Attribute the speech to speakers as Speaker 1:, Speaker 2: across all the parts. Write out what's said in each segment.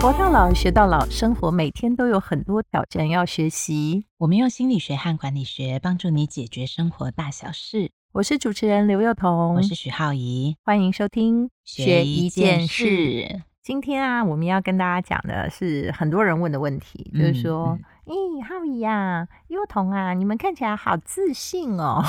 Speaker 1: 活到老，学到老，生活每天都有很多挑战要学习。
Speaker 2: 我们用心理学和管理学帮助你解决生活大小事。
Speaker 1: 我是主持人刘幼彤，
Speaker 2: 我是许浩怡，
Speaker 1: 欢迎收听
Speaker 2: 嗯学一件事。
Speaker 1: 今天啊，我们要跟大家讲的是很多人问的问题，
Speaker 2: 嗯
Speaker 1: 就是说，咦、浩宇呀、幼童啊，你们看起来好自信哦。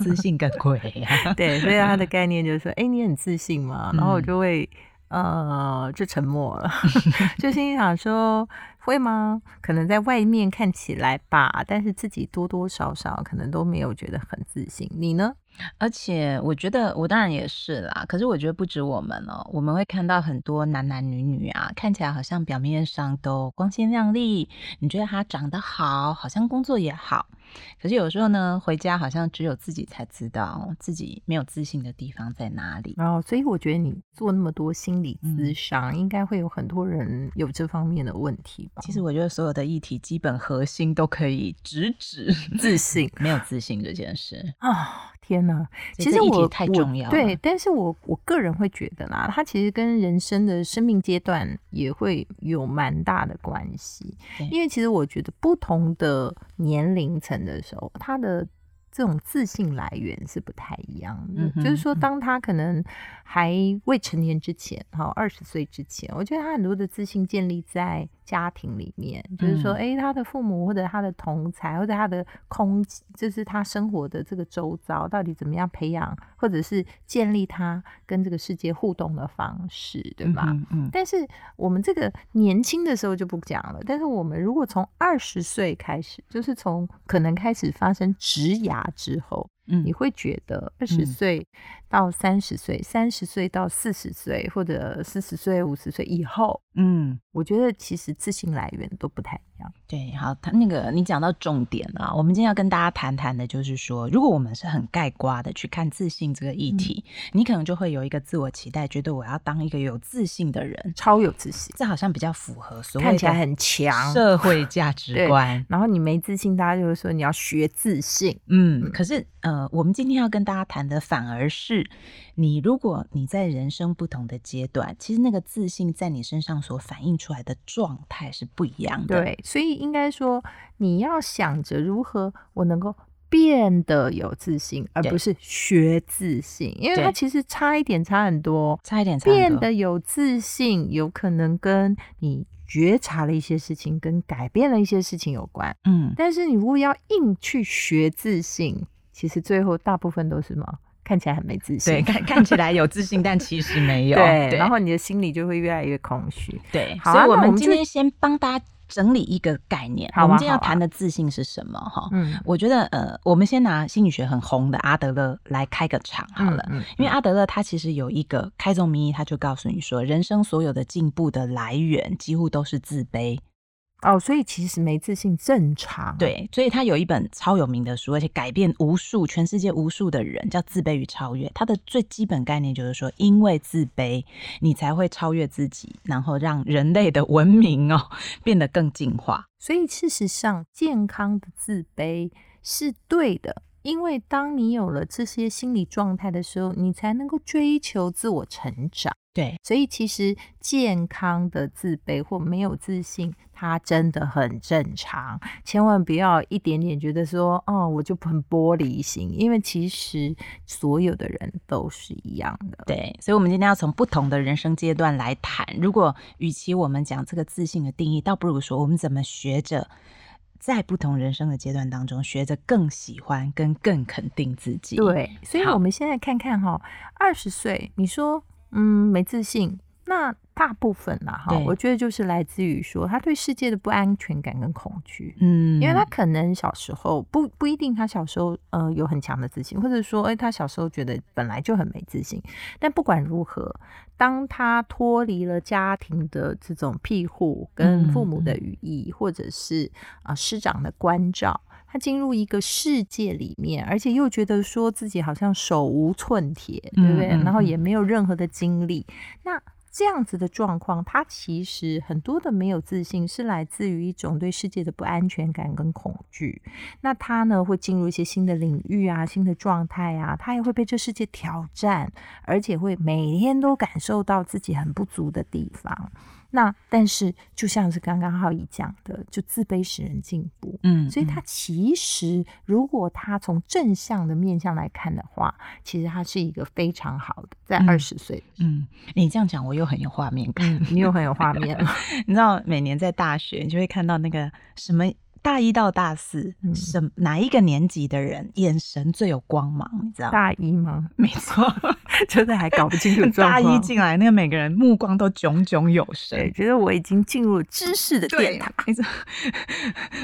Speaker 2: 自信个鬼呀、
Speaker 1: 对，所以他的概念就是说，哎、你很自信嘛，然后我
Speaker 2: 嗯
Speaker 1: 就会、呃就沉默了， 就心里想说会吗？可能在外面看起来吧，但是自己多多少少可能都没有觉得很自信。你呢？
Speaker 2: 而且我觉得我当然也是啦，可是我觉得不止我们哦，我们会看到很多男男女女啊，看起来好像表面上都光鲜亮丽，你觉得他长得好，好像工作也好，可是有时候呢，回家好像只有自己才知道自己没有自信的地方在哪里。
Speaker 1: 然后，所以我觉得你做那么多心理咨
Speaker 2: 嗯
Speaker 1: 商，应该会有很多人有这方面的问题吧？
Speaker 2: 其实我觉得所有的议题基本核心都可以直指
Speaker 1: 自信
Speaker 2: 没有自信这件事。
Speaker 1: 啊，天哪！
Speaker 2: 所以
Speaker 1: 其实
Speaker 2: 这议题
Speaker 1: 我
Speaker 2: 太
Speaker 1: 我
Speaker 2: 重要
Speaker 1: 对，
Speaker 2: 了
Speaker 1: 但是我我个人会觉得啦，它其实跟人生的生命阶段也会有蛮大的关系
Speaker 2: 对，
Speaker 1: 因为其实我觉得不同的年龄层的时候，他的。这种自信来源是不太一样的，
Speaker 2: 嗯哼
Speaker 1: 就是说，当他可能还未成年之前，哈，二十岁之前，我觉得他很多的自信建立在家庭里面，就是说，
Speaker 2: 嗯
Speaker 1: 诶，他的父母或者他的同才或者他的空气，就是他生活的这个周遭，到底怎么样培养，或者是建立他跟这个世界互动的方式，对吧？
Speaker 2: 嗯嗯，
Speaker 1: 但是我们这个年轻的时候就不讲了。但是我们如果从二十岁开始，就是从可能开始发生植牙之后，
Speaker 2: 嗯
Speaker 1: 你会觉得二十
Speaker 2: 嗯
Speaker 1: 岁到三十岁、三十岁到四十岁，或者四十岁、五十岁以后，
Speaker 2: 嗯，
Speaker 1: 我觉得其实自信来源都不太一样。
Speaker 2: 对，好，他那个你讲到重点了啊。我们今天要跟大家谈谈的就是说，如果我们是很盖瓜的去看自信这个
Speaker 1: 嗯
Speaker 2: 议题，你可能就会有一个自我期待，觉得我要当一个有自信的人，
Speaker 1: 超有自信，
Speaker 2: 这好像比较符合所谓
Speaker 1: 看
Speaker 2: 的
Speaker 1: 起来很强。
Speaker 2: 社会价
Speaker 1: 对
Speaker 2: 值观。
Speaker 1: 然后你没自信，大家就会说你要学自信。
Speaker 2: 嗯，可是呃，我们今天要跟大家谈的反而是，你如果你在人生不同的阶段，其实那个自信在你身上所反映出来的状态是不一样的。，
Speaker 1: 对，所以应该说你要想着如何我能够变得有自信，而
Speaker 2: 对
Speaker 1: 不是学自信，因为它
Speaker 2: 对
Speaker 1: 其实差一点差很多。
Speaker 2: 差一点差很
Speaker 1: 变
Speaker 2: 多
Speaker 1: 得有自信，有可能跟你觉察了一些事情，跟改变了一些事情有关。
Speaker 2: 嗯，
Speaker 1: 但是你如果要硬去学自信，其实最后大部分都是什么？看起来很没自信
Speaker 2: 对，。看看起来有自信，但其实没 有。对，
Speaker 1: 然后你的心里就会越来越空虚。
Speaker 2: 对，
Speaker 1: 好
Speaker 2: 所
Speaker 1: 啊
Speaker 2: 以我
Speaker 1: 那我
Speaker 2: 们
Speaker 1: 们
Speaker 2: 今
Speaker 1: 就
Speaker 2: 天先帮大家整理一个概念。
Speaker 1: 好啊
Speaker 2: 我们今天要
Speaker 1: 好啊
Speaker 2: 谈的自信是什么？哈、
Speaker 1: 嗯，
Speaker 2: 我觉得呃，我们先拿心理学很红的阿德勒来开个场好了。
Speaker 1: 嗯，嗯
Speaker 2: 因为阿德勒他其实有一个开宗明义，他就告诉你说，人生所有的进步的来源几乎都是自卑。
Speaker 1: 哦，所以其实没自信正常。
Speaker 2: 对，所以他有一本超有名的书，而且改变无数全世界无数的人，叫《自卑与超越》。它的最基本概念就是说，因为自卑，你才会超越自己，然后让人类的文明哦变得更进化。
Speaker 1: 所以事实上，健康的自卑是对的，因为当你有了这些心理状态的时候，你才能够追求自我成长。
Speaker 2: 对，
Speaker 1: 所以其实健康的自卑或没有自信，它真的很正常。千万不要一点点觉得说，哦，我就很玻璃心，因为其实所有的人都是一样的。
Speaker 2: 对，所以，我们今天要从不同的人生阶段来谈。如果与其我们讲这个自信的定义，倒不如说我们怎么学着在不同人生的阶段当中，学着更喜欢跟更肯定自己。，
Speaker 1: 对，所以
Speaker 2: 好
Speaker 1: 我们现在看看哈、二十岁，你说嗯没自信，那大部分啦哈，
Speaker 2: 对
Speaker 1: 我觉得就是来自于说他对世界的不安全感跟恐惧。
Speaker 2: 嗯，
Speaker 1: 因为他可能小时候不不一定，他小时候呃有很强的自信，或者说，哎、他小时候觉得本来就很没自信。但不管如何，当他脱离了家庭的这种庇护，跟
Speaker 2: 嗯
Speaker 1: 父母的
Speaker 2: 嗯
Speaker 1: 羽翼，或者是啊、呃师长的关照，他进入一个世界里面，而且又觉得说自己好像手无寸铁，对不对？
Speaker 2: 嗯嗯
Speaker 1: 然后
Speaker 2: 嗯
Speaker 1: 也没有任何的经历，那这样子的状况，它其实很多的没有自信，是来自于一种对世界的不安全感跟恐惧。那他呢，会进入一些新的领域啊、新的状态啊，他也会被这世界挑战，而且会每天都感受到自己很不足的地方。那但是就像是刚刚浩怡讲的，就自卑使人进步。
Speaker 2: 嗯，
Speaker 1: 所以他其实，如果他从正向的面向来看的话，其实他是一个非常好的，在
Speaker 2: 嗯
Speaker 1: 二十岁，
Speaker 2: 嗯，嗯你这样讲我又很有画面感。
Speaker 1: 嗯，你又很有画面了。
Speaker 2: 你知道每年在大学，你就会看到那个什么大一到大四，
Speaker 1: 嗯
Speaker 2: 什么哪一个年级的人眼神最有光芒，你知道 吗？
Speaker 1: 大一吗？
Speaker 2: 没 错，
Speaker 1: 就是还搞不清楚状
Speaker 2: 大
Speaker 1: 况。
Speaker 2: 一进来，那个每个人目光都炯炯有
Speaker 1: 对，
Speaker 2: 神。
Speaker 1: 觉得我已经进入了知识的殿堂。
Speaker 2: 没错，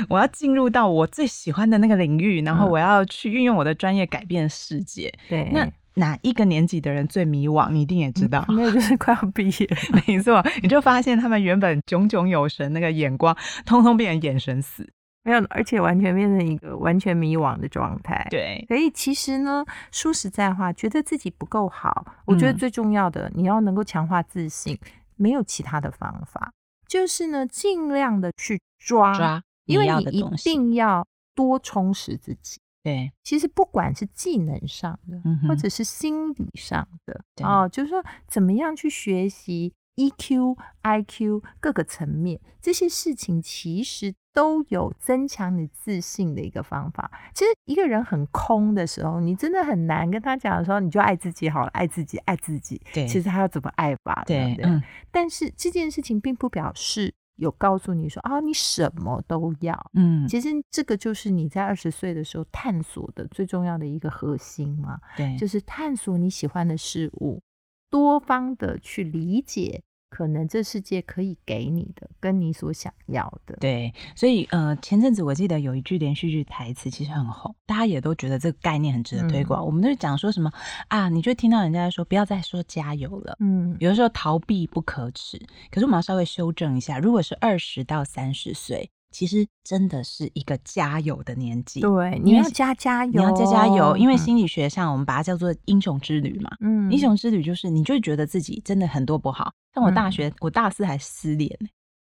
Speaker 2: 我要进入到我最喜欢的那个领域，然后
Speaker 1: 嗯嗯
Speaker 2: 我要去运用我的专业改变世界。
Speaker 1: 对，
Speaker 2: 那哪一个年级的人最迷惘？你一定也
Speaker 1: 嗯
Speaker 2: 知道。
Speaker 1: 没有就是快要毕业了。
Speaker 2: 没错，你就发现他们原本炯炯有神那个眼光，通通变成眼神死。
Speaker 1: 没有，而且完全变成一个完全迷惘的状态。，
Speaker 2: 对，
Speaker 1: 所以其实呢，说实在话，觉得自己不够好，我觉得
Speaker 2: 嗯
Speaker 1: 最重要的，你要能够强化自信，没有其他的方法，就是呢，尽量的去抓，
Speaker 2: 抓
Speaker 1: 因为
Speaker 2: 要
Speaker 1: 你
Speaker 2: 的
Speaker 1: 一
Speaker 2: 东西。
Speaker 1: 定要多充实自己。
Speaker 2: 对，
Speaker 1: 其实不管是技能上的，
Speaker 2: 嗯哼
Speaker 1: 或者是心理上的，
Speaker 2: 对
Speaker 1: 哦，就是说怎么样去学习 E EQ、IQ 各个层面，这些事情其实都有增强你自信的一个方法。其实一个人很空的时候，你真的很难跟他讲说，你就爱自己好了，爱自己，爱自己。
Speaker 2: 对
Speaker 1: 其实他要怎么爱法？
Speaker 2: 对，
Speaker 1: 不对？
Speaker 2: 嗯
Speaker 1: 但是这件事情并不表示有告诉你说啊，你什么都要。
Speaker 2: 嗯，
Speaker 1: 其实这个就是你在二十岁的时候探索的最重要的一个核心嘛，
Speaker 2: 对，
Speaker 1: 就是探索你喜欢的事物，多方的去理解，可能这世界可以给你的，跟你所想要的。
Speaker 2: 对，所以呃，前阵子我记得有一句连续剧台词，其实很红，大家也都觉得这个概念很值得
Speaker 1: 嗯
Speaker 2: 推广。我们都是讲说什么啊，你就听到人家说不要再说加油了。
Speaker 1: 嗯，
Speaker 2: 有的时候逃避不可耻，可是我们要稍微修正一下。如果是二十到三十岁，其实真的是一个加油的年纪。
Speaker 1: 对，你
Speaker 2: 因为
Speaker 1: 要加加油，
Speaker 2: 你要加加油，因为
Speaker 1: 嗯
Speaker 2: 心理学上我们把它叫做英雄之旅嘛。
Speaker 1: 嗯，
Speaker 2: 英雄之旅就是你就会觉得自己真的很多不好。像我大
Speaker 1: 嗯
Speaker 2: 学，我大四还失恋呢、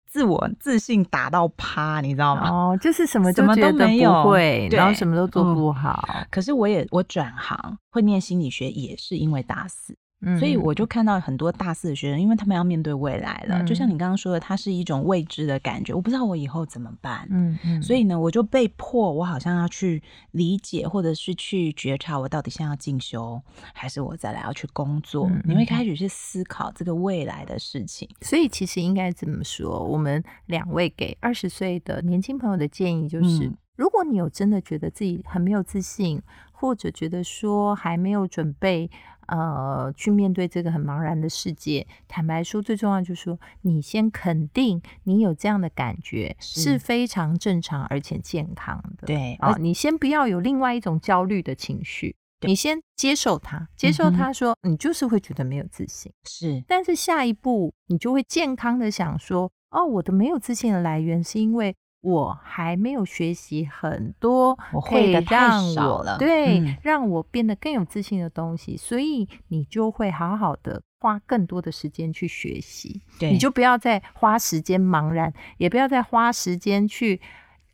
Speaker 2: 自我自信打到趴，你知道吗？
Speaker 1: 哦，就是什么
Speaker 2: 什
Speaker 1: 就
Speaker 2: 么
Speaker 1: 觉
Speaker 2: 都
Speaker 1: 得
Speaker 2: 没有
Speaker 1: 不会，然后
Speaker 2: 对
Speaker 1: 什么都做
Speaker 2: 嗯
Speaker 1: 不好，
Speaker 2: 可是我也我转行会念心理学，也是因为大四，
Speaker 1: 嗯，
Speaker 2: 所以我就看到很多大四的学生，因为他们要面对未来了，
Speaker 1: 嗯
Speaker 2: 就像你刚刚说的，它是一种未知的感觉，我不知道我以后怎么办。
Speaker 1: 嗯嗯，
Speaker 2: 所以呢，我就被迫，我好像要去理解，或者是去觉察，我到底现在要进修，还是我再来要去工作？
Speaker 1: 嗯
Speaker 2: 你会
Speaker 1: 嗯
Speaker 2: 开始去思考这个未来的事情。
Speaker 1: 所以其实应该怎么说？我们两位给二十岁的年轻朋友的建议就是：
Speaker 2: 嗯
Speaker 1: 如果你有真的觉得自己很没有自信，或者觉得说还没有准备，呃，去面对这个很茫然的世界，坦白说，最重要就是说，你先肯定你有这样的感觉
Speaker 2: 是
Speaker 1: 是非常正常而且健康的。
Speaker 2: 对，
Speaker 1: 啊、
Speaker 2: 而
Speaker 1: 你先不要有另外一种焦虑的情绪。
Speaker 2: 对
Speaker 1: 你先接受它，接受
Speaker 2: 嗯哼
Speaker 1: 它说你就是会觉得没有自信，
Speaker 2: 是
Speaker 1: 但是下一步你就会健康的想说，哦，我的没有自信的来源是因为我还没有学习很多
Speaker 2: 我
Speaker 1: 可以
Speaker 2: 会的太
Speaker 1: 让我
Speaker 2: 少了
Speaker 1: 对，
Speaker 2: 嗯
Speaker 1: 让我变得更有自信的东西，所以你就会好好的花更多的时间去学习，
Speaker 2: 对，
Speaker 1: 你就不要再花时间茫然，也不要再花时间 去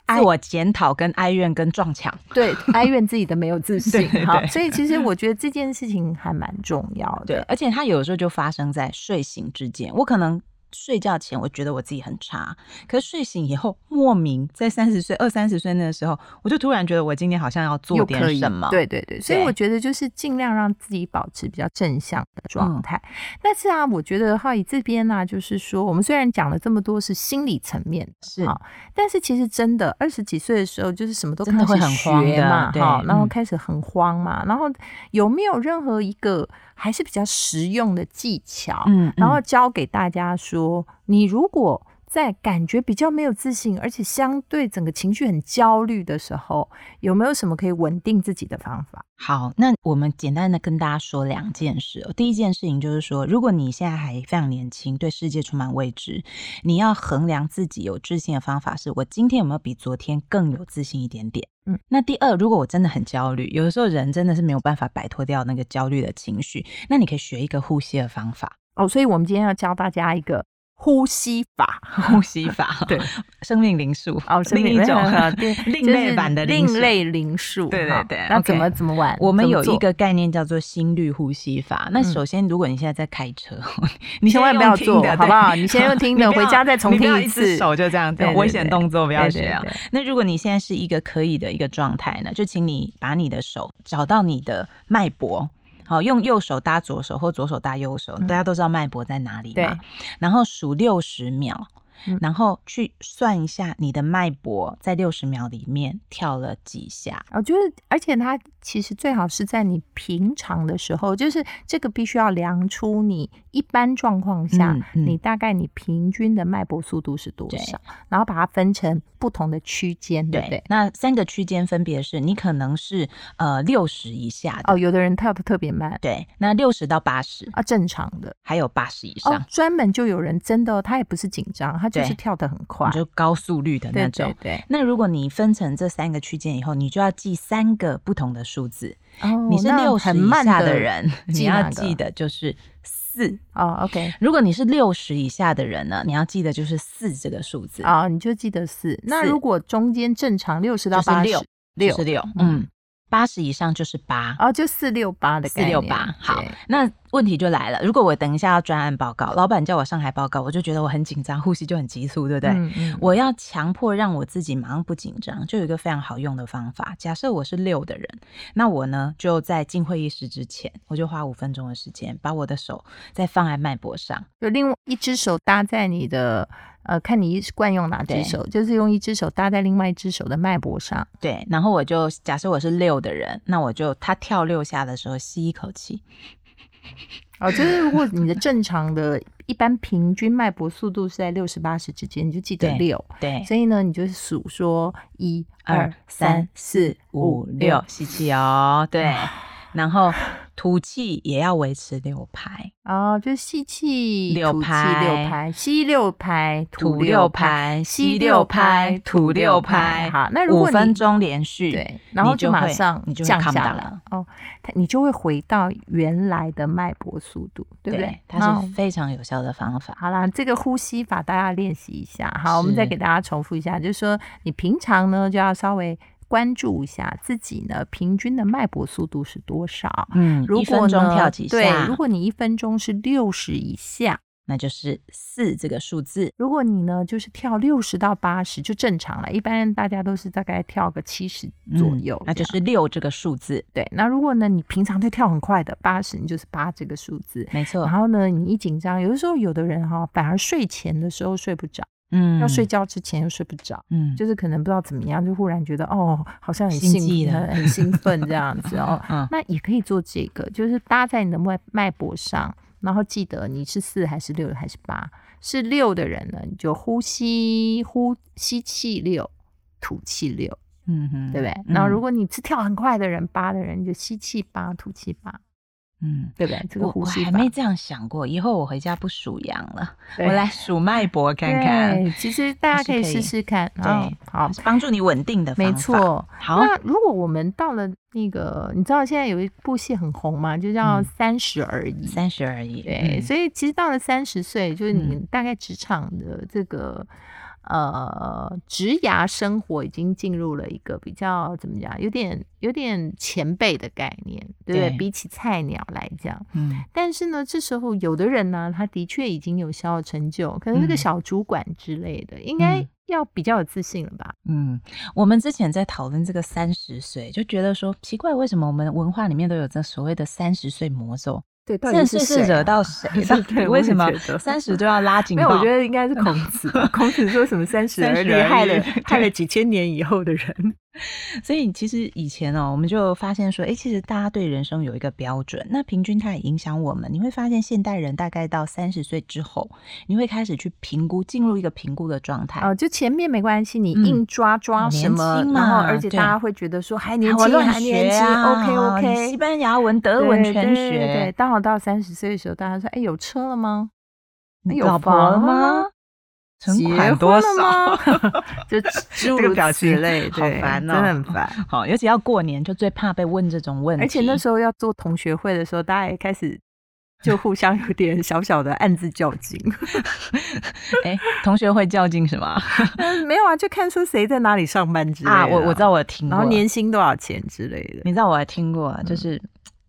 Speaker 2: 自我检讨、跟哀怨、跟撞墙。
Speaker 1: 对哀怨自己的没有自信
Speaker 2: 对。对
Speaker 1: 好，
Speaker 2: 对嗯
Speaker 1: 所以其实我觉得这件事情还蛮重要的。
Speaker 2: 对，而且它有时候就发生在睡醒之间。我可能睡觉前我觉得我自己很差，可是睡醒以后，莫名在三十岁、二三十岁那个时候，我就突然觉得我今天好像要做
Speaker 1: 又可
Speaker 2: 点
Speaker 1: 以
Speaker 2: 什么。
Speaker 1: 对对对，所以
Speaker 2: 对
Speaker 1: 我觉得就是尽量让自己保持比较正向的状
Speaker 2: 嗯
Speaker 1: 态。但是啊，我觉得浩宇这边呢、啊就是说我们虽然讲了这么多是心理层面的
Speaker 2: 是
Speaker 1: 哈但是其实真的二十几岁的时候，就是什么都
Speaker 2: 真的
Speaker 1: 开始
Speaker 2: 会很慌
Speaker 1: 学
Speaker 2: 的
Speaker 1: 嘛，
Speaker 2: 对
Speaker 1: 哈，然后
Speaker 2: 嗯
Speaker 1: 开始很慌嘛，然后有没有任何一个还是比较实用的技巧？
Speaker 2: 嗯，嗯，
Speaker 1: 然后教给大家说，你如果在感觉比较没有自信，而且相对整个情绪很焦虑的时候，有没有什么可以稳定自己的方法？
Speaker 2: 好，那我们简单的跟大家说两件事哦。第一件事情就是说，如果你现在还非常年轻，对世界充满未知，你要衡量自己有自信的方法是：我今天有没有比昨天更有自信一点点？
Speaker 1: 嗯，
Speaker 2: 那第二，如果我真的很焦虑，有的时候人真的是没有办法摆脱掉 那个焦虑的情绪，那你可以学一个呼吸的方法。
Speaker 1: 哦，所以我们今天要教大家一个呼吸法，
Speaker 2: 呼吸法，
Speaker 1: 对，
Speaker 2: 生命灵数
Speaker 1: 哦，生
Speaker 2: 另
Speaker 1: 命
Speaker 2: 一种
Speaker 1: 对
Speaker 2: 另
Speaker 1: 就是
Speaker 2: 类版的灵
Speaker 1: 另
Speaker 2: 数
Speaker 1: 类灵数，
Speaker 2: 对对
Speaker 1: 哈
Speaker 2: 对
Speaker 1: 那
Speaker 2: OK
Speaker 1: 怎么怎么玩？
Speaker 2: 我们
Speaker 1: 怎么
Speaker 2: 有
Speaker 1: 做
Speaker 2: 一个概念叫做心率呼吸法。那
Speaker 1: 嗯
Speaker 2: 首先，如果你现在在开车，
Speaker 1: 你
Speaker 2: 你
Speaker 1: 千
Speaker 2: 先
Speaker 1: 万不
Speaker 2: 用
Speaker 1: 要
Speaker 2: 听
Speaker 1: 做
Speaker 2: 的
Speaker 1: 好不
Speaker 2: 对
Speaker 1: 好你 先用听的
Speaker 2: 你不要
Speaker 1: 回家再重
Speaker 2: 你不
Speaker 1: 听
Speaker 2: 要
Speaker 1: 一
Speaker 2: 一
Speaker 1: 次
Speaker 2: 只手就这样子
Speaker 1: 对，对
Speaker 2: 危险动作不要
Speaker 1: 对
Speaker 2: 学啊
Speaker 1: 对。对
Speaker 2: 那如果你现在是一个可以的一个状态呢，就请你把你的手找到你的脉搏。好，用右手搭左手或左手搭右手，
Speaker 1: 嗯
Speaker 2: 大家都知道脉搏在哪里嘛。
Speaker 1: 对。
Speaker 2: 然后数六十秒
Speaker 1: 嗯，
Speaker 2: 然后去算一下你的脉搏在六十秒里面跳了几下。
Speaker 1: 我觉得，而且它其实最好是在你平常的时候，就是这个必须要量出你一般状况下，
Speaker 2: 嗯嗯
Speaker 1: 你大概你平均的脉搏速度是多
Speaker 2: 对
Speaker 1: 少，然后把它分成不同的区间，对不对？
Speaker 2: 那三个区间分别是你可能是呃六十以下的，
Speaker 1: 哦，有的人跳的特别慢
Speaker 2: 对，那六十到八十，
Speaker 1: 啊，正常的
Speaker 2: 还有八十以上，
Speaker 1: 哦，专门就有人真的哦、他也不是紧张，他就是
Speaker 2: 啊对
Speaker 1: 跳的很快
Speaker 2: 你，就高速率的
Speaker 1: 哦对
Speaker 2: 那种。
Speaker 1: 对对。
Speaker 2: 那如果你分成这三个区间以后，你就要记三个不同的数字。
Speaker 1: 哦，
Speaker 2: 你是
Speaker 1: 那
Speaker 2: 六十
Speaker 1: 很
Speaker 2: 以
Speaker 1: 慢
Speaker 2: 下的 人，你
Speaker 1: 记
Speaker 2: 要
Speaker 1: 哪个
Speaker 2: 记的就是四。
Speaker 1: 哦，OK，
Speaker 2: 如果你是六十以下的人呢，你要记得就是四这个数字，
Speaker 1: 啊、你就记得四。那
Speaker 2: 四
Speaker 1: 如果中间正常六十到
Speaker 2: 就是
Speaker 1: 八十
Speaker 2: 六，
Speaker 1: 六
Speaker 2: 就是六。
Speaker 1: 嗯
Speaker 2: 嗯，八十以上就是八。
Speaker 1: 哦，就四六八的
Speaker 2: 四
Speaker 1: 概
Speaker 2: 六
Speaker 1: 念。
Speaker 2: 八，好
Speaker 1: 对，
Speaker 2: 那问题就来了。如果我等一下要专案报告，老板叫我上台报告，我就觉得我很紧张，呼吸就很急促，对不对？
Speaker 1: 嗯嗯
Speaker 2: 我要强迫让我自己马上不紧张，就有一个非常好用的方法。假设我是六的人，那我呢就在进会议室之前，我就花五分钟的时间，把我的手再放在脉搏上，
Speaker 1: 就另外一只手搭在你的，呃，看你惯用哪只
Speaker 2: 对
Speaker 1: 手，就是用一只手搭在另外一只手的脉搏上。
Speaker 2: 对，然后我就假设我是六的人，那我就他跳六下的时候吸一口气，
Speaker 1: 哦，就是如果你的正常的一般平均脉搏速度是在六十八十之间，你就记得
Speaker 2: 对
Speaker 1: 六。
Speaker 2: 对，
Speaker 1: 所以呢，你就数说一
Speaker 2: 二三四五六，吸气哦，对，然后吐气也要维持六拍，
Speaker 1: 哦，就是吸气
Speaker 2: 六
Speaker 1: 吐气
Speaker 2: 拍
Speaker 1: 六拍，吸六拍，
Speaker 2: 吐
Speaker 1: 六
Speaker 2: 六拍，
Speaker 1: 吸
Speaker 2: 吸
Speaker 1: 六
Speaker 2: 六
Speaker 1: 拍
Speaker 2: 拍，，
Speaker 1: 吐
Speaker 2: 吐
Speaker 1: 六
Speaker 2: 六
Speaker 1: 拍。
Speaker 2: 拍，
Speaker 1: 好，那如果
Speaker 2: 五分
Speaker 1: 你
Speaker 2: 钟连续，
Speaker 1: 对，然后
Speaker 2: 你就
Speaker 1: 马
Speaker 2: 会
Speaker 1: 上
Speaker 2: 你就会
Speaker 1: 降
Speaker 2: calm
Speaker 1: 下
Speaker 2: down
Speaker 1: 来
Speaker 2: 了。
Speaker 1: 哦，它你就会回到原来的脉搏速度，对不对
Speaker 2: 对，？它
Speaker 1: 好
Speaker 2: 是非常有效的方法。
Speaker 1: 好啦，这个呼吸法大家练习一下。好，我们再
Speaker 2: 是
Speaker 1: 给大家重复一下，就是说你平常呢就要稍微关注一下自己呢平均的脉搏速度是多少。
Speaker 2: 嗯，
Speaker 1: 如
Speaker 2: 一
Speaker 1: 果
Speaker 2: 分
Speaker 1: 呢，
Speaker 2: 钟跳几
Speaker 1: 对，
Speaker 2: 下
Speaker 1: 如，果你一分钟是六十以下，
Speaker 2: 那就是四这个数字。
Speaker 1: 如果你呢就是跳六十到八十就正常了，一般人大家都是大概跳个七十左
Speaker 2: 嗯
Speaker 1: 右这样、
Speaker 2: 那就是六这个数字，
Speaker 1: 对，那如果呢，你平常就跳很快的八十，你就是八这个数字。
Speaker 2: 没错
Speaker 1: 然。后呢，你一紧张，有的时候有的人哈、反而睡前的时候睡不着，
Speaker 2: 嗯，
Speaker 1: 要睡，觉之前又睡不着，
Speaker 2: 嗯，
Speaker 1: 就是可能不知道怎么样，就忽然觉得哦，好像很
Speaker 2: 心
Speaker 1: 兴
Speaker 2: 悸
Speaker 1: 很
Speaker 2: 了。
Speaker 1: 很兴奋这样子哦
Speaker 2: 嗯
Speaker 1: 那也可以做这个，就是搭在你的脉脉搏上，然后记得你是四还是六还是八。是六的人呢，你就呼吸呼吸气六，吐气六。
Speaker 2: 嗯哼，
Speaker 1: 对不对？然后如
Speaker 2: 果，
Speaker 1: 果你是跳很快的人，八的人，你就吸气八，吐气八，
Speaker 2: 嗯，
Speaker 1: 对不对？这个
Speaker 2: 我
Speaker 1: 呼吸
Speaker 2: 我还
Speaker 1: 法，
Speaker 2: 没这样想过，以后我回家不数羊了，
Speaker 1: 对
Speaker 2: 我来数脉搏看看，
Speaker 1: 对，其实大家
Speaker 2: 还是
Speaker 1: 可以
Speaker 2: 可以
Speaker 1: 试试看。
Speaker 2: 对
Speaker 1: 嗯，好，
Speaker 2: 帮助你稳定的方法
Speaker 1: 没。错。
Speaker 2: 好，
Speaker 1: 那如果我们到了那个，你知道现在有一部戏很红嘛，就叫《
Speaker 2: 嗯
Speaker 1: 三十而已》。
Speaker 2: 三十而已。
Speaker 1: 对，
Speaker 2: 嗯
Speaker 1: 所以其实到了三十岁，就是你
Speaker 2: 嗯
Speaker 1: 大概职场的这个、呃职涯生活已经进入了一个比较怎么讲，有点有点前辈的概念，对不对？
Speaker 2: 对
Speaker 1: 比起菜鸟来讲，
Speaker 2: 嗯，
Speaker 1: 但是呢，这时候有的人呢，他的确已经有小有成就，可能那个
Speaker 2: 嗯
Speaker 1: 小主管之类的，应该
Speaker 2: 嗯
Speaker 1: 要比较有自信了吧？
Speaker 2: 嗯，我们之前在讨论这个三十岁，就觉得说奇怪，为什么我们文化里面都有这所谓的三十岁魔咒？
Speaker 1: 对，到
Speaker 2: 三十岁是惹到谁？啊到
Speaker 1: 啊 对
Speaker 2: 底
Speaker 1: 我也
Speaker 2: 为什么
Speaker 1: 觉得
Speaker 2: 三十就要拉警
Speaker 1: 没有，
Speaker 2: 报？
Speaker 1: 我觉得应该是孔子 吧。孔子说什么“三十
Speaker 2: 30
Speaker 1: 而立
Speaker 2: 而”，立
Speaker 1: 害 了
Speaker 2: 对
Speaker 1: 害了几千年以后的人。
Speaker 2: 所以其实以前哦，我们就发现说，诶，其实大家对人生有一个标准，那平均它也影响我们。你会发现，现代人大概到三十岁之后，你会开始去评估，进入一个评估的状态。
Speaker 1: 哦，就前面没关系，你
Speaker 2: 嗯
Speaker 1: 硬抓抓
Speaker 2: 哦
Speaker 1: 什
Speaker 2: 年
Speaker 1: 么，
Speaker 2: 轻
Speaker 1: 然后
Speaker 2: 嘛
Speaker 1: 而且
Speaker 2: 对
Speaker 1: 大家会觉得说还年
Speaker 2: 啊我
Speaker 1: 轻，
Speaker 2: 乱
Speaker 1: 还年
Speaker 2: 学
Speaker 1: 轻
Speaker 2: 啊
Speaker 1: ，OK
Speaker 2: 西
Speaker 1: OK。
Speaker 2: 班牙文、德文
Speaker 1: 对
Speaker 2: 全
Speaker 1: 对
Speaker 2: 学，
Speaker 1: 对对，当我到三十岁的时候，大家说：“哎，有车了吗？
Speaker 2: 你
Speaker 1: 有
Speaker 2: 老婆了
Speaker 1: 房
Speaker 2: 吗？
Speaker 1: 吗
Speaker 2: 存
Speaker 1: 结
Speaker 2: 款
Speaker 1: 婚
Speaker 2: 多
Speaker 1: 了吗
Speaker 2: 少？？”
Speaker 1: 就诸
Speaker 2: 这个
Speaker 1: 如
Speaker 2: 表
Speaker 1: 此
Speaker 2: 情
Speaker 1: 类，
Speaker 2: 好
Speaker 1: 对
Speaker 2: 烦
Speaker 1: 真
Speaker 2: 哦
Speaker 1: 的很烦。
Speaker 2: 好，尤其要过年，就最怕被问这种问题。
Speaker 1: 而且那
Speaker 2: 候，
Speaker 1: 时候要做同学会的时候，大家也开始就互相有点小小的暗自较劲。
Speaker 2: 哎、同学会较劲什么啊？
Speaker 1: 嗯没有啊，就看出谁在哪里上班之类的
Speaker 2: 啊我我知道，我听过。
Speaker 1: 然后年嗯薪多少钱之类的。
Speaker 2: 你知道我还听过，就是。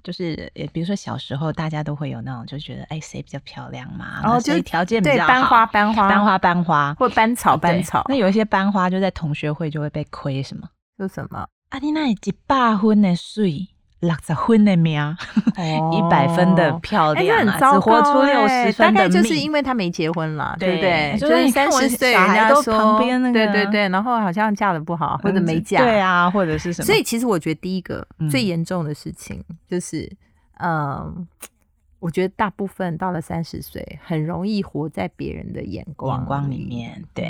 Speaker 2: 就是，也比如说小时候，大家都会有那种，就觉得哎，谁比较漂亮嘛，
Speaker 1: 哦
Speaker 2: 那
Speaker 1: 就
Speaker 2: 谁啊条件比
Speaker 1: 对，
Speaker 2: 较
Speaker 1: 班
Speaker 2: 好
Speaker 1: 花，班花，
Speaker 2: 班，花班花
Speaker 1: 或班草，班
Speaker 2: 对
Speaker 1: 草，
Speaker 2: 那有一些班花就在同学会就会被亏什么
Speaker 1: 就什么
Speaker 2: 啊，你那一百分的水，六十分的命， 一百分的漂
Speaker 1: 哎，这
Speaker 2: 亮、啊，
Speaker 1: 很糟
Speaker 2: 只活
Speaker 1: 糕
Speaker 2: 出六
Speaker 1: 哎
Speaker 2: 十
Speaker 1: 大
Speaker 2: 分的
Speaker 1: 概
Speaker 2: 命，
Speaker 1: 就是因为他没结婚啦，对不
Speaker 2: 对
Speaker 1: 对？
Speaker 2: 就是是你看
Speaker 1: 三
Speaker 2: 我
Speaker 1: 十
Speaker 2: 小
Speaker 1: 岁，
Speaker 2: 孩
Speaker 1: 人家
Speaker 2: 都
Speaker 1: 说
Speaker 2: 旁边那个
Speaker 1: 对对对，然后好像嫁的不好，或者没嫁，
Speaker 2: 对啊，或者是什么，
Speaker 1: 所以其实我觉得第一个、
Speaker 2: 嗯
Speaker 1: 最严重的事情就是，嗯，我觉得大部分到了三十岁，很容易活在别人的眼光
Speaker 2: 眼光里。
Speaker 1: 嗯
Speaker 2: 面，对，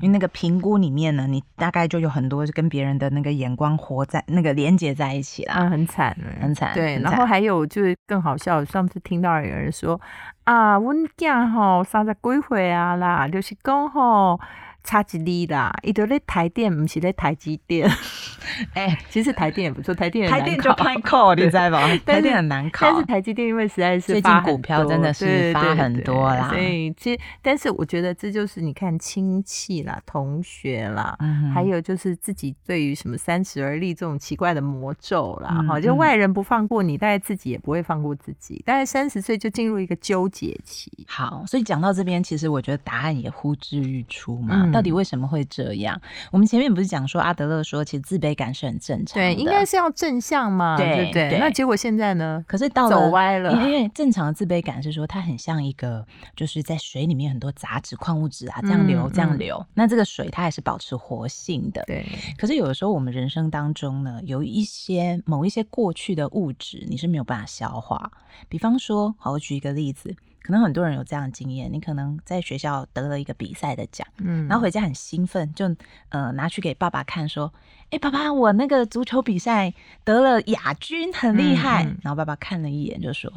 Speaker 2: 因为那个评估里面呢，你大概就有很多是跟别人的那个眼光活在那个连接在一起啦。
Speaker 1: 啊，很惨欸，
Speaker 2: 很惨
Speaker 1: 对，
Speaker 2: 很
Speaker 1: 然后
Speaker 2: 惨
Speaker 1: 还有就是更好笑，上次听到有人说啊，阮囝吼三十几岁啊啦，就是讲吼差一厘啦，伊都咧台电，毋是咧台积电。
Speaker 2: 哎、
Speaker 1: 其实台电也不错，台电也
Speaker 2: 台
Speaker 1: 难
Speaker 2: 电就
Speaker 1: 考
Speaker 2: 拍 扣，你知道吧？
Speaker 1: 但
Speaker 2: 台
Speaker 1: 是
Speaker 2: 电很难考
Speaker 1: 但是。台积电因为实在是
Speaker 2: 最近
Speaker 1: 发很
Speaker 2: 股票真的是
Speaker 1: 多对
Speaker 2: 发
Speaker 1: 对
Speaker 2: 很
Speaker 1: 对
Speaker 2: 多啦
Speaker 1: 所以其实但是我觉得这就是你看亲戚啦、同学啦，
Speaker 2: 嗯哼
Speaker 1: 还有就是自己对于什么三十而立这种奇怪的魔咒啦，
Speaker 2: 嗯
Speaker 1: 哈、就
Speaker 2: 嗯
Speaker 1: 外人不放过你，大概自己也不会放过自己，大概三十岁就进入一个纠结期。
Speaker 2: 好，所以讲到这边，其实我觉得答案也呼之欲出嘛。
Speaker 1: 嗯
Speaker 2: 到底为什么会这样？我们前面不是讲说阿德勒说，其实自卑感是很正常的，
Speaker 1: 对，应该。是要正向嘛，
Speaker 2: 对
Speaker 1: 对不对？
Speaker 2: 对
Speaker 1: 那结果现在呢？
Speaker 2: 可是到了
Speaker 1: 走歪了
Speaker 2: 因为因为正常的自卑感是说，它很像一个就是在水里面很多杂质、矿物质啊，这样流，
Speaker 1: 嗯
Speaker 2: 这样
Speaker 1: 嗯
Speaker 2: 流。那这个水它还是保持活性的，
Speaker 1: 对，
Speaker 2: 可是有的时候，我们人生当中呢，有一些某一些过去的物质，你是没有办法消化。比方说，好，我举一个例子，可能很多人有这样的经验，你可能在学校得了一个比赛的奖，
Speaker 1: 嗯，
Speaker 2: 然后回家很兴奋，就呃拿去给爸爸看，说：“哎、爸爸，我那个足球比赛得了亚军，很厉害。
Speaker 1: 嗯嗯
Speaker 2: 然后爸爸看了一眼，就说：“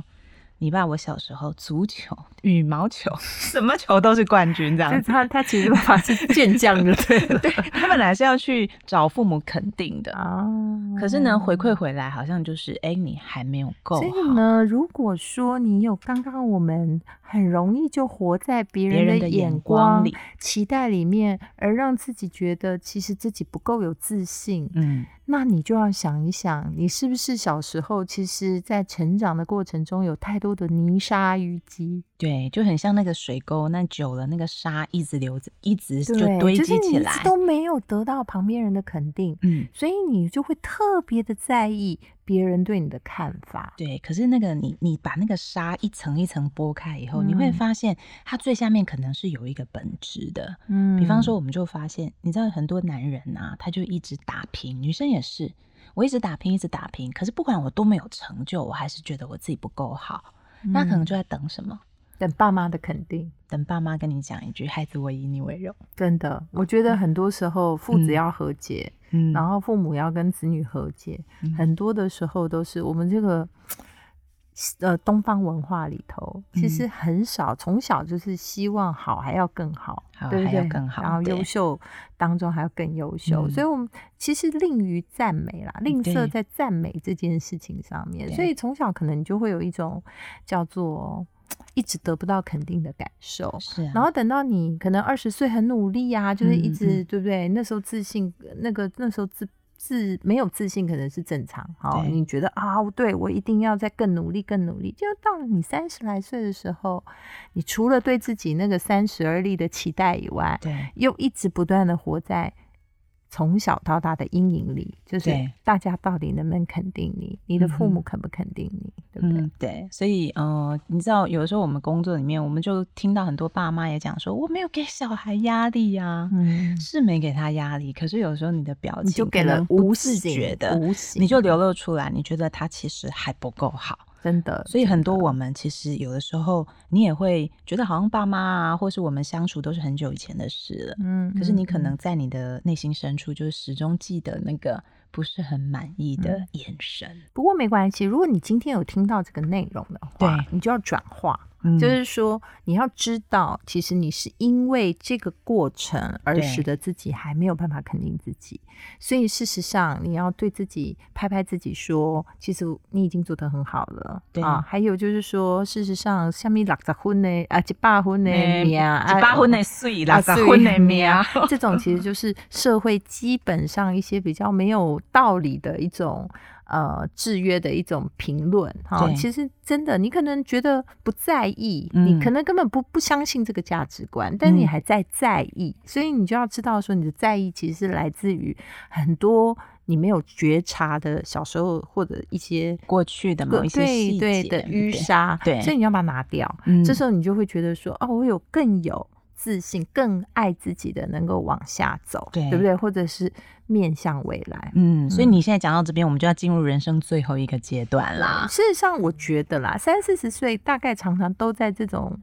Speaker 2: 你爸我小时候足球、羽毛球， 什么球都是冠军，这样
Speaker 1: 就
Speaker 2: 子。”
Speaker 1: 他他其实爸爸是健将就 对了
Speaker 2: 对他本来是要去找父母肯定的，
Speaker 1: 啊。
Speaker 2: 可是呢，回馈回来好像就是，哎、你还没有够
Speaker 1: 所以
Speaker 2: 好。
Speaker 1: 呢，如果说你有刚刚我们很容易就活在别
Speaker 2: 别人
Speaker 1: 人
Speaker 2: 的
Speaker 1: 的
Speaker 2: 眼
Speaker 1: 眼
Speaker 2: 光
Speaker 1: 光
Speaker 2: 里，
Speaker 1: 期待里面，而让自己觉得其实自己不够有自信，
Speaker 2: 嗯，
Speaker 1: 那你就要想一想，你是不是小时候其实在成长的过程中有太多的泥沙淤积，
Speaker 2: 对，就很像那个水沟，那久了那个沙一直流着，一直就
Speaker 1: 对，
Speaker 2: 堆
Speaker 1: 就是
Speaker 2: 积
Speaker 1: 你
Speaker 2: 起
Speaker 1: 一
Speaker 2: 来。
Speaker 1: 直都没有得到旁边人的肯定，
Speaker 2: 嗯，
Speaker 1: 所以你就会特别的在意别人对你的看法。
Speaker 2: 对。可是那个你你把那个沙一层一层剥开以后，你会
Speaker 1: 嗯
Speaker 2: 发现它最下面可能是有一个本质的。
Speaker 1: 嗯
Speaker 2: 比方说，我们就发现，你知道很多男人啊，他就一直打拼，女生也是，我一直打拼，一直打拼，可是不管我多么有成就，我还是觉得我自己不够好。那可能
Speaker 1: 嗯
Speaker 2: 就在等什么？
Speaker 1: 等爸妈的肯定。
Speaker 2: 等爸妈跟你讲一句“孩子，我以你为荣
Speaker 1: 真的，我觉得很多时候父
Speaker 2: 嗯
Speaker 1: 子要和解，”，
Speaker 2: 嗯
Speaker 1: 然后父母要跟子女和解，
Speaker 2: 嗯
Speaker 1: 很多的时候都是我们这个呃东方文化里头，其
Speaker 2: 嗯
Speaker 1: 实很少从小就是希望好还要更好，
Speaker 2: 好
Speaker 1: 对不
Speaker 2: 还要
Speaker 1: 对
Speaker 2: 更好
Speaker 1: 然后
Speaker 2: 对
Speaker 1: 优秀当中还要更优秀，
Speaker 2: 嗯
Speaker 1: 所以我们其实吝于赞美啦，吝
Speaker 2: 对
Speaker 1: 啬在赞美这件事情上面，
Speaker 2: 对
Speaker 1: 所以从小可能你就会有一种叫做。一直得不到肯定的感受，
Speaker 2: 是啊，
Speaker 1: 然后等到你可能二十岁很努力啊，就是一直、
Speaker 2: 嗯
Speaker 1: 对不对？那时候自信，那个那时候自自没有自信可能是正常，好、
Speaker 2: 对
Speaker 1: 你觉得啊，我对我一定要再更努力，更努力。就到了你三十来岁的时候，你除了对自己那个三十而立的期待以外，
Speaker 2: 对
Speaker 1: 又一直不断的活在从小到大的阴影里，就是
Speaker 2: 对
Speaker 1: 大家到底能不能肯定你，你的父
Speaker 2: 嗯哼
Speaker 1: 母肯不肯定你，对不对？
Speaker 2: 嗯对，所以呃，你知道有的时候我们工作里面，我们就听到很多爸妈也讲说，我没有给小孩压力呀、
Speaker 1: 嗯
Speaker 2: 是没给他压力，可是有时候你的表情
Speaker 1: 你就给
Speaker 2: 可
Speaker 1: 了
Speaker 2: 能不
Speaker 1: 无
Speaker 2: 自
Speaker 1: 形
Speaker 2: 觉的，
Speaker 1: 无形
Speaker 2: 你就流露出来，你觉得他其实还不够好。
Speaker 1: 真的，
Speaker 2: 所以很
Speaker 1: 真
Speaker 2: 多
Speaker 1: 的
Speaker 2: 我们其实有的时候，你也会觉得好像爸妈啊，或是我们相处都是很久以前的事了。
Speaker 1: 嗯，
Speaker 2: 可是你可
Speaker 1: 嗯
Speaker 2: 能在你的内心深处，就是始终记得那个不是很满意
Speaker 1: 嗯
Speaker 2: 的眼神。
Speaker 1: 不过没关系，如果你今天有听到这个内容的话，
Speaker 2: 对
Speaker 1: 你就要转化。
Speaker 2: 嗯
Speaker 1: 就是说，你要知道，其实你是因为这个过程而
Speaker 2: 对
Speaker 1: 使得自己还没有办法肯定自己，所以事实上，你要对自己拍拍自己说，其实你已经做得很好了
Speaker 2: 对
Speaker 1: 啊。还有就是说，事实上，下面六十分呢，啊，一百分呢，
Speaker 2: 嗯
Speaker 1: 命啊，
Speaker 2: 一百分的水啦，
Speaker 1: 啊
Speaker 2: 六十分的命，
Speaker 1: 这种 其实就是社会基本上一些比较没有道理的一种呃制约的一种评论哈。
Speaker 2: 对
Speaker 1: 其实真的，你可能觉得不在意，
Speaker 2: 嗯
Speaker 1: 你可能根本不不相信这个价值观，但你
Speaker 2: 嗯
Speaker 1: 还在在意，所以你就要知道说，你的在意其实是来自于很多你没有觉察的小时候或者一些。
Speaker 2: 过去的某一些
Speaker 1: 对
Speaker 2: 细
Speaker 1: 对
Speaker 2: 节
Speaker 1: 的
Speaker 2: 对
Speaker 1: 淤沙，
Speaker 2: 对
Speaker 1: 所以你要把它拿掉。
Speaker 2: 嗯
Speaker 1: 这时候你就会觉得说，哦，我有更有自信、更爱自己的，能够往下走，
Speaker 2: 对
Speaker 1: 不对？或者是面向未来。
Speaker 2: 嗯，所以
Speaker 1: 嗯
Speaker 2: 你现在讲到这边，我们就要进入人生最后一个阶段啦。
Speaker 1: 事实上，我觉得啦，三四十岁大概常常都在这种，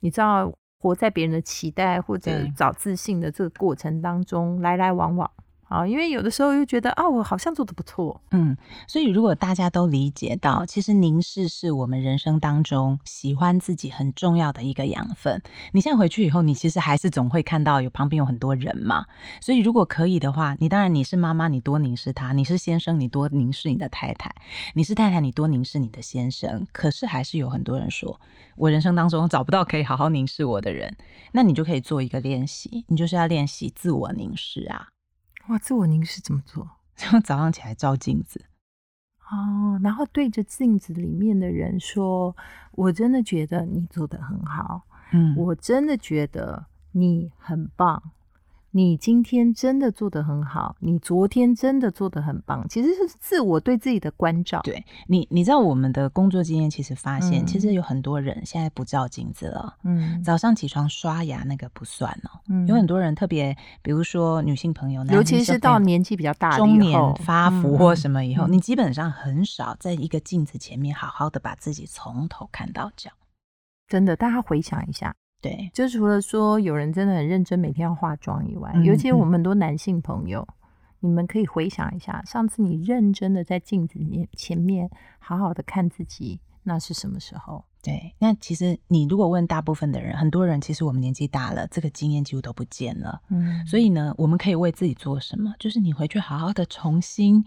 Speaker 1: 你知道，活在别人的期待或者
Speaker 2: 对
Speaker 1: 找自信的这个过程当中，来来往往啊。因为有的时候又觉得，啊，我好像做的不错，
Speaker 2: 嗯，所以如果大家都理解到，其实凝视是我们人生当中喜欢自己很重要的一个养分。你现在回去以后，你其实还是总会看到有旁边有很多人嘛。所以如果可以的话，你当然你是妈妈，你多凝视他；你是先生，你多凝视你的太太；你是太太，你多凝视你的先生。可是还是有很多人说，我人生当中找不到可以好好凝视我的人，那你就可以做一个练习，你就是要练习自我凝视啊，
Speaker 1: 哇，自我凝视怎么做？
Speaker 2: 就早上起来照镜子。
Speaker 1: 哦，然后对着镜子里面的人说：“我真的觉得你做的很好，
Speaker 2: 嗯
Speaker 1: 我真的觉得你很棒，你今天真的做得很好，你昨天真的做得很棒，其实是自我对自己的关照。
Speaker 2: 对你，你知道我们的工作经验，其实发现，
Speaker 1: 嗯
Speaker 2: 其实有很多人现在不照镜子了。
Speaker 1: 嗯，
Speaker 2: 早上起床刷牙那个不算哦，
Speaker 1: 嗯
Speaker 2: 有很多人特别，比如说女性朋友，男
Speaker 1: 尤其
Speaker 2: 性
Speaker 1: 是
Speaker 2: 朋友
Speaker 1: 到年纪比较大了
Speaker 2: 中
Speaker 1: 以
Speaker 2: 年
Speaker 1: 后，
Speaker 2: 发福
Speaker 1: 嗯
Speaker 2: 或什么以后，
Speaker 1: 嗯
Speaker 2: 你基本上很少在一个镜子前面好好的把自己从头看到脚。
Speaker 1: 真的，大家回想一下，
Speaker 2: 对，
Speaker 1: 就除了说有人真的很认真每天要化妆以外，
Speaker 2: 嗯
Speaker 1: 尤其
Speaker 2: 嗯
Speaker 1: 我们很多男性朋友。你们可以回想一下，上次你认真的在镜子面前面好好的看自己，那是什么时候？
Speaker 2: 对，那其实你如果问大部分的人，很多人其实我们年纪大了，这个经验几乎都不见了。
Speaker 1: 嗯
Speaker 2: 所以呢，我们可以为自己做什么？就是你回去好好的重新，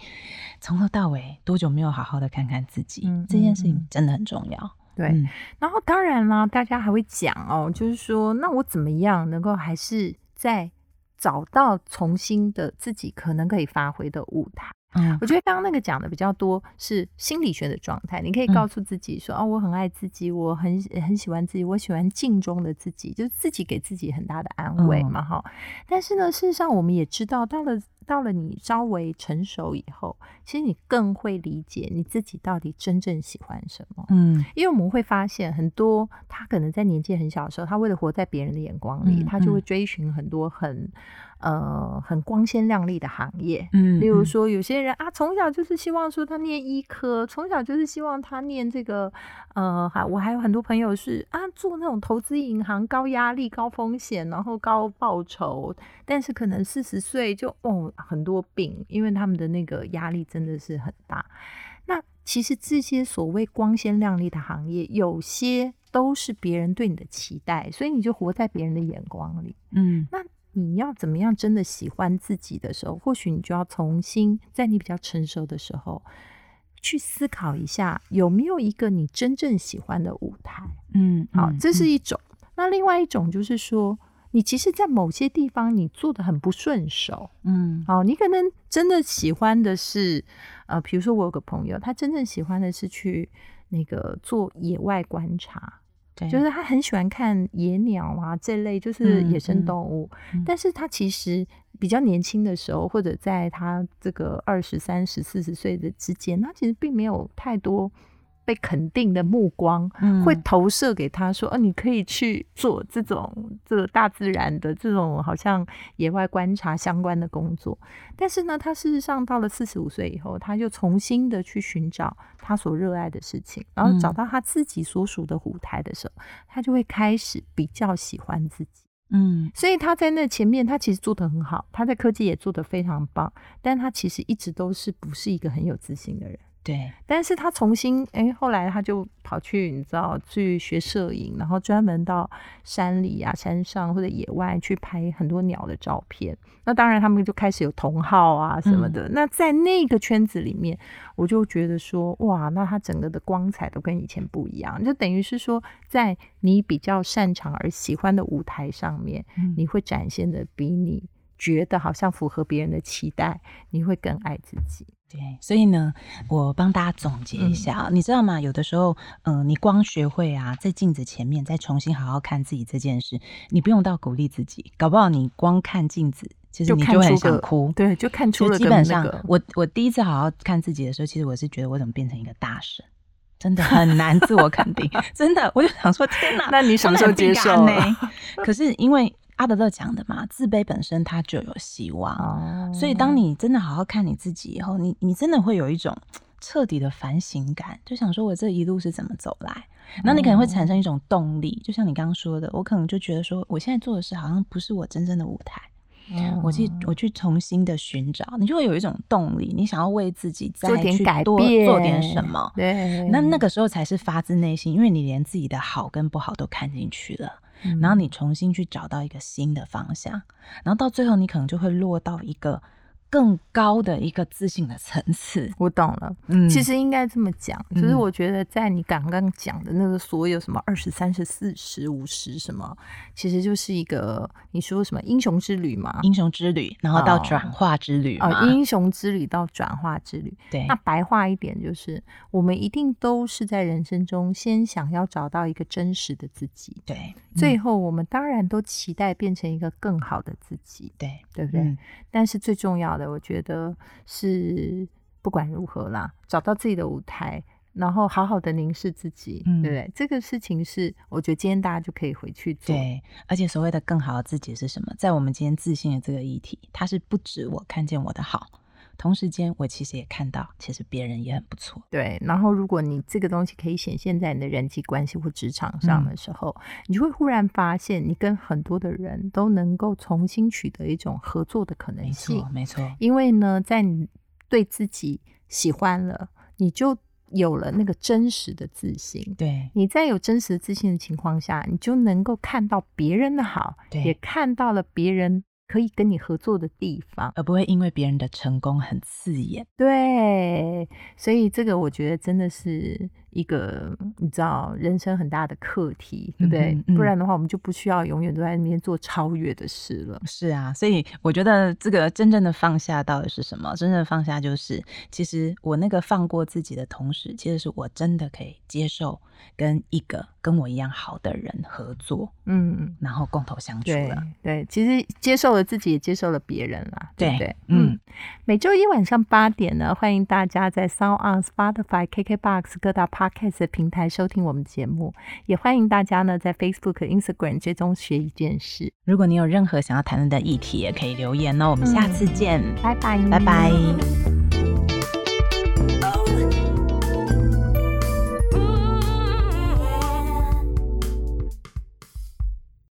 Speaker 2: 从头到尾多久没有好好的看看自己，
Speaker 1: 嗯
Speaker 2: 这件事
Speaker 1: 嗯嗯
Speaker 2: 情真的很重要。
Speaker 1: 对，
Speaker 2: 嗯
Speaker 1: 然后当然啦，大家还会讲哦，就是说，那我怎么样能够还是在找到重新的自己可能可以发挥的舞台？
Speaker 2: 嗯
Speaker 1: 我觉得刚刚那个讲的比较多是心理学的状态，你可以告诉自己说，哦，我很爱自己，我很很喜欢自己，我喜欢镜中的自己，就是自己给自己很大的安慰嘛，哈、但是呢，事实上我们也知道，到了到了你稍微成熟以后，其实你更会理解你自己到底真正喜欢什么。
Speaker 2: 嗯
Speaker 1: 因为我们会发现很多他可能在年纪很小的时候，他为了活在别人的眼光里，
Speaker 2: 嗯
Speaker 1: 他就会追寻很多很呃很光鲜亮丽的行业。
Speaker 2: 嗯，
Speaker 1: 例如
Speaker 2: 嗯
Speaker 1: 说，有些人啊，从小就是希望说他念医科，从小就是希望他念这个，呃，还我还有很多朋友是啊，做那种投资银行，高压力、高风险，然后高报酬，但是可能四十岁就哦很多病，因为他们的那个压力真的是很大。那其实这些所谓光鲜亮丽的行业，有些都是别人对你的期待，所以你就活在别人的眼光里。
Speaker 2: 嗯
Speaker 1: 那你要怎么样真的喜欢自己的时候，或许你就要重新在你比较成熟的时候，去思考一下有没有一个你真正喜欢的舞台。
Speaker 2: 嗯，
Speaker 1: 好，
Speaker 2: 嗯
Speaker 1: 这是一种。那另外一种就是说，你其实，在某些地方你做的很不顺手，
Speaker 2: 嗯
Speaker 1: 哦，你可能真的喜欢的是，呃，比如说我有个朋友，他真正喜欢的是去那个做野外观察，
Speaker 2: 对，
Speaker 1: 就是他很喜欢看野鸟啊这类，就是
Speaker 2: 嗯
Speaker 1: 野生
Speaker 2: 嗯
Speaker 1: 动物。
Speaker 2: 嗯
Speaker 1: 但是他其实比较年轻的时候，或者在他这个二十三、十四十岁的之间，他其实并没有太多被肯定的目光。
Speaker 2: 嗯
Speaker 1: 会投射给他说：“哦，你可以去做这种这个大自然的这种好像野外观察相关的工作。”但是呢，他事实上到了四十五岁以后，他就重新的去寻找他所热爱的事情，然后
Speaker 2: 嗯
Speaker 1: 找到他自己所属的舞台的时候，他就会开始比较喜欢自己。
Speaker 2: 嗯
Speaker 1: 所以他在那前面，他其实做得很好，他在科技也做得非常棒，但他其实一直都是不是一个很有自信的人。
Speaker 2: 对，
Speaker 1: 但是他重新哎，后来他就跑去你知道去学摄影，然后专门到山里啊、山上或者野外去拍很多鸟的照片。那当然，他们就开始有同号啊什么的。那在那个圈子里面，我就觉得说，哇，那他整个的光彩都跟以前不一样，就等于是说，在你比较擅长而喜欢的舞台上面，
Speaker 2: 嗯
Speaker 1: 你会展现的比你觉得好像符合别人的期待，你会更爱自己。
Speaker 2: 对，所以呢，我帮大家总结
Speaker 1: 嗯
Speaker 2: 一下啊，你知道吗？有的时候，嗯、你光学会啊，在镜子前面再重新好好看自己这件事，你不用到鼓励自己，搞不好你光看镜子，其实
Speaker 1: 就
Speaker 2: 你
Speaker 1: 看
Speaker 2: 就会很
Speaker 1: 出个
Speaker 2: 想哭。
Speaker 1: 对，就看出
Speaker 2: 就
Speaker 1: 了
Speaker 2: 基
Speaker 1: 个
Speaker 2: 本
Speaker 1: 那
Speaker 2: 上，
Speaker 1: 个。
Speaker 2: 我我第一次好好看自己的时候，其实我是觉得我怎么变成一个大神，真的很难自我肯 定，真的，我就想说天哪，
Speaker 1: 那你什么时候接受
Speaker 2: 呢
Speaker 1: 啊？
Speaker 2: 可是因为阿德勒讲的嘛，自卑本身它就有希望，
Speaker 1: 哦
Speaker 2: 所以当你真的好好看你自己以后，你你真的会有一种彻底的反省感，就想说我这一路是怎么走来。那你可能会
Speaker 1: 哦
Speaker 2: 产生一种动力，就像你刚刚说的，我可能就觉得说，我现在做的事好像不是我真正的舞台，哦
Speaker 1: 嗯
Speaker 2: 我
Speaker 1: 哦
Speaker 2: 去我去重新的寻找，你就会有一种动力，你想要为自己再
Speaker 1: 做点
Speaker 2: 去
Speaker 1: 改
Speaker 2: 多
Speaker 1: 变，
Speaker 2: 做点什么。
Speaker 1: 对，
Speaker 2: 那那个时候才是发自内心，因为你连自己的好跟不好都看进去了，
Speaker 1: 嗯，
Speaker 2: 然后你重新去找到一个新的方向，然后到最后你可能就会落到一个更高的一个自信的层次。
Speaker 1: 我懂了。
Speaker 2: 嗯
Speaker 1: 其实应该这么讲，就是
Speaker 2: 嗯
Speaker 1: 我觉得在你刚刚讲的那个所有什么二十三、十四、十五、十什么，其实就是一个你说什么英雄之旅嘛，
Speaker 2: 英雄之旅，然后到
Speaker 1: 哦
Speaker 2: 转化之旅嘛，
Speaker 1: 啊、英雄之旅到转化之旅。
Speaker 2: 对
Speaker 1: 那白话一点就是，我们一定都是在人生中先想要找到一个真实的自己，
Speaker 2: 对
Speaker 1: 最
Speaker 2: 嗯
Speaker 1: 后我们当然都期待变成一个更好的自己，
Speaker 2: 对
Speaker 1: 对不对？
Speaker 2: 嗯
Speaker 1: 但是最重要的，我觉得是不管如何啦，找到自己的舞台，然后好好的凝视自己，
Speaker 2: 嗯
Speaker 1: 对不对？这个事情是我觉得今天大家就可以回去做。
Speaker 2: 对，而且所谓的更好的自己是什么？在我们今天自信的这个议题，它是不止我看见我的好，同时间我其实也看到，其实别人也很不错。
Speaker 1: 对然后如果你这个东西可以显现在你的人际关系或职场上
Speaker 2: 嗯
Speaker 1: 的时候，你就会忽然发现，你跟很多的人都能够重新取得一种合作的可能
Speaker 2: 没
Speaker 1: 性
Speaker 2: 错，。没错，
Speaker 1: 因为呢，在你对自己喜欢了，你就有了那个真实的自信。
Speaker 2: 对
Speaker 1: 你在有真实的自信的情况下，你就能够看到别人的好，
Speaker 2: 对
Speaker 1: 也看到了别人可以跟你合作的地方。
Speaker 2: 而不会因为别人的成功很刺眼。
Speaker 1: 对，所以这个我觉得真的是一个你知道人生很大的课题，对不对？
Speaker 2: 嗯哼嗯
Speaker 1: 不然的话，我们就不需要永远都在那边做超越的事了。
Speaker 2: 是啊，所以我觉得这个真正的放下到底是什么？真正的放下就是，其实我那个放过自己的同时，其实是我真的可以接受跟一个跟我一样好的人合作，
Speaker 1: 嗯。
Speaker 2: 然后共同相处
Speaker 1: 对
Speaker 2: 了。
Speaker 1: 对，其实接受了自己，也接受了别人啦，对不
Speaker 2: 对
Speaker 1: 对？
Speaker 2: 嗯，
Speaker 1: 每周一晚上八点呢，欢迎大家在 Sound on Spotify、KKBox 各大 Podcast 的平台收听我们节目，也欢迎大家呢在 Facebook、Instagram 追踪学一件事。
Speaker 2: 如果你有任何想要谈论的议题，也可以留言哦。我们下次见，
Speaker 1: 拜拜，
Speaker 2: 拜拜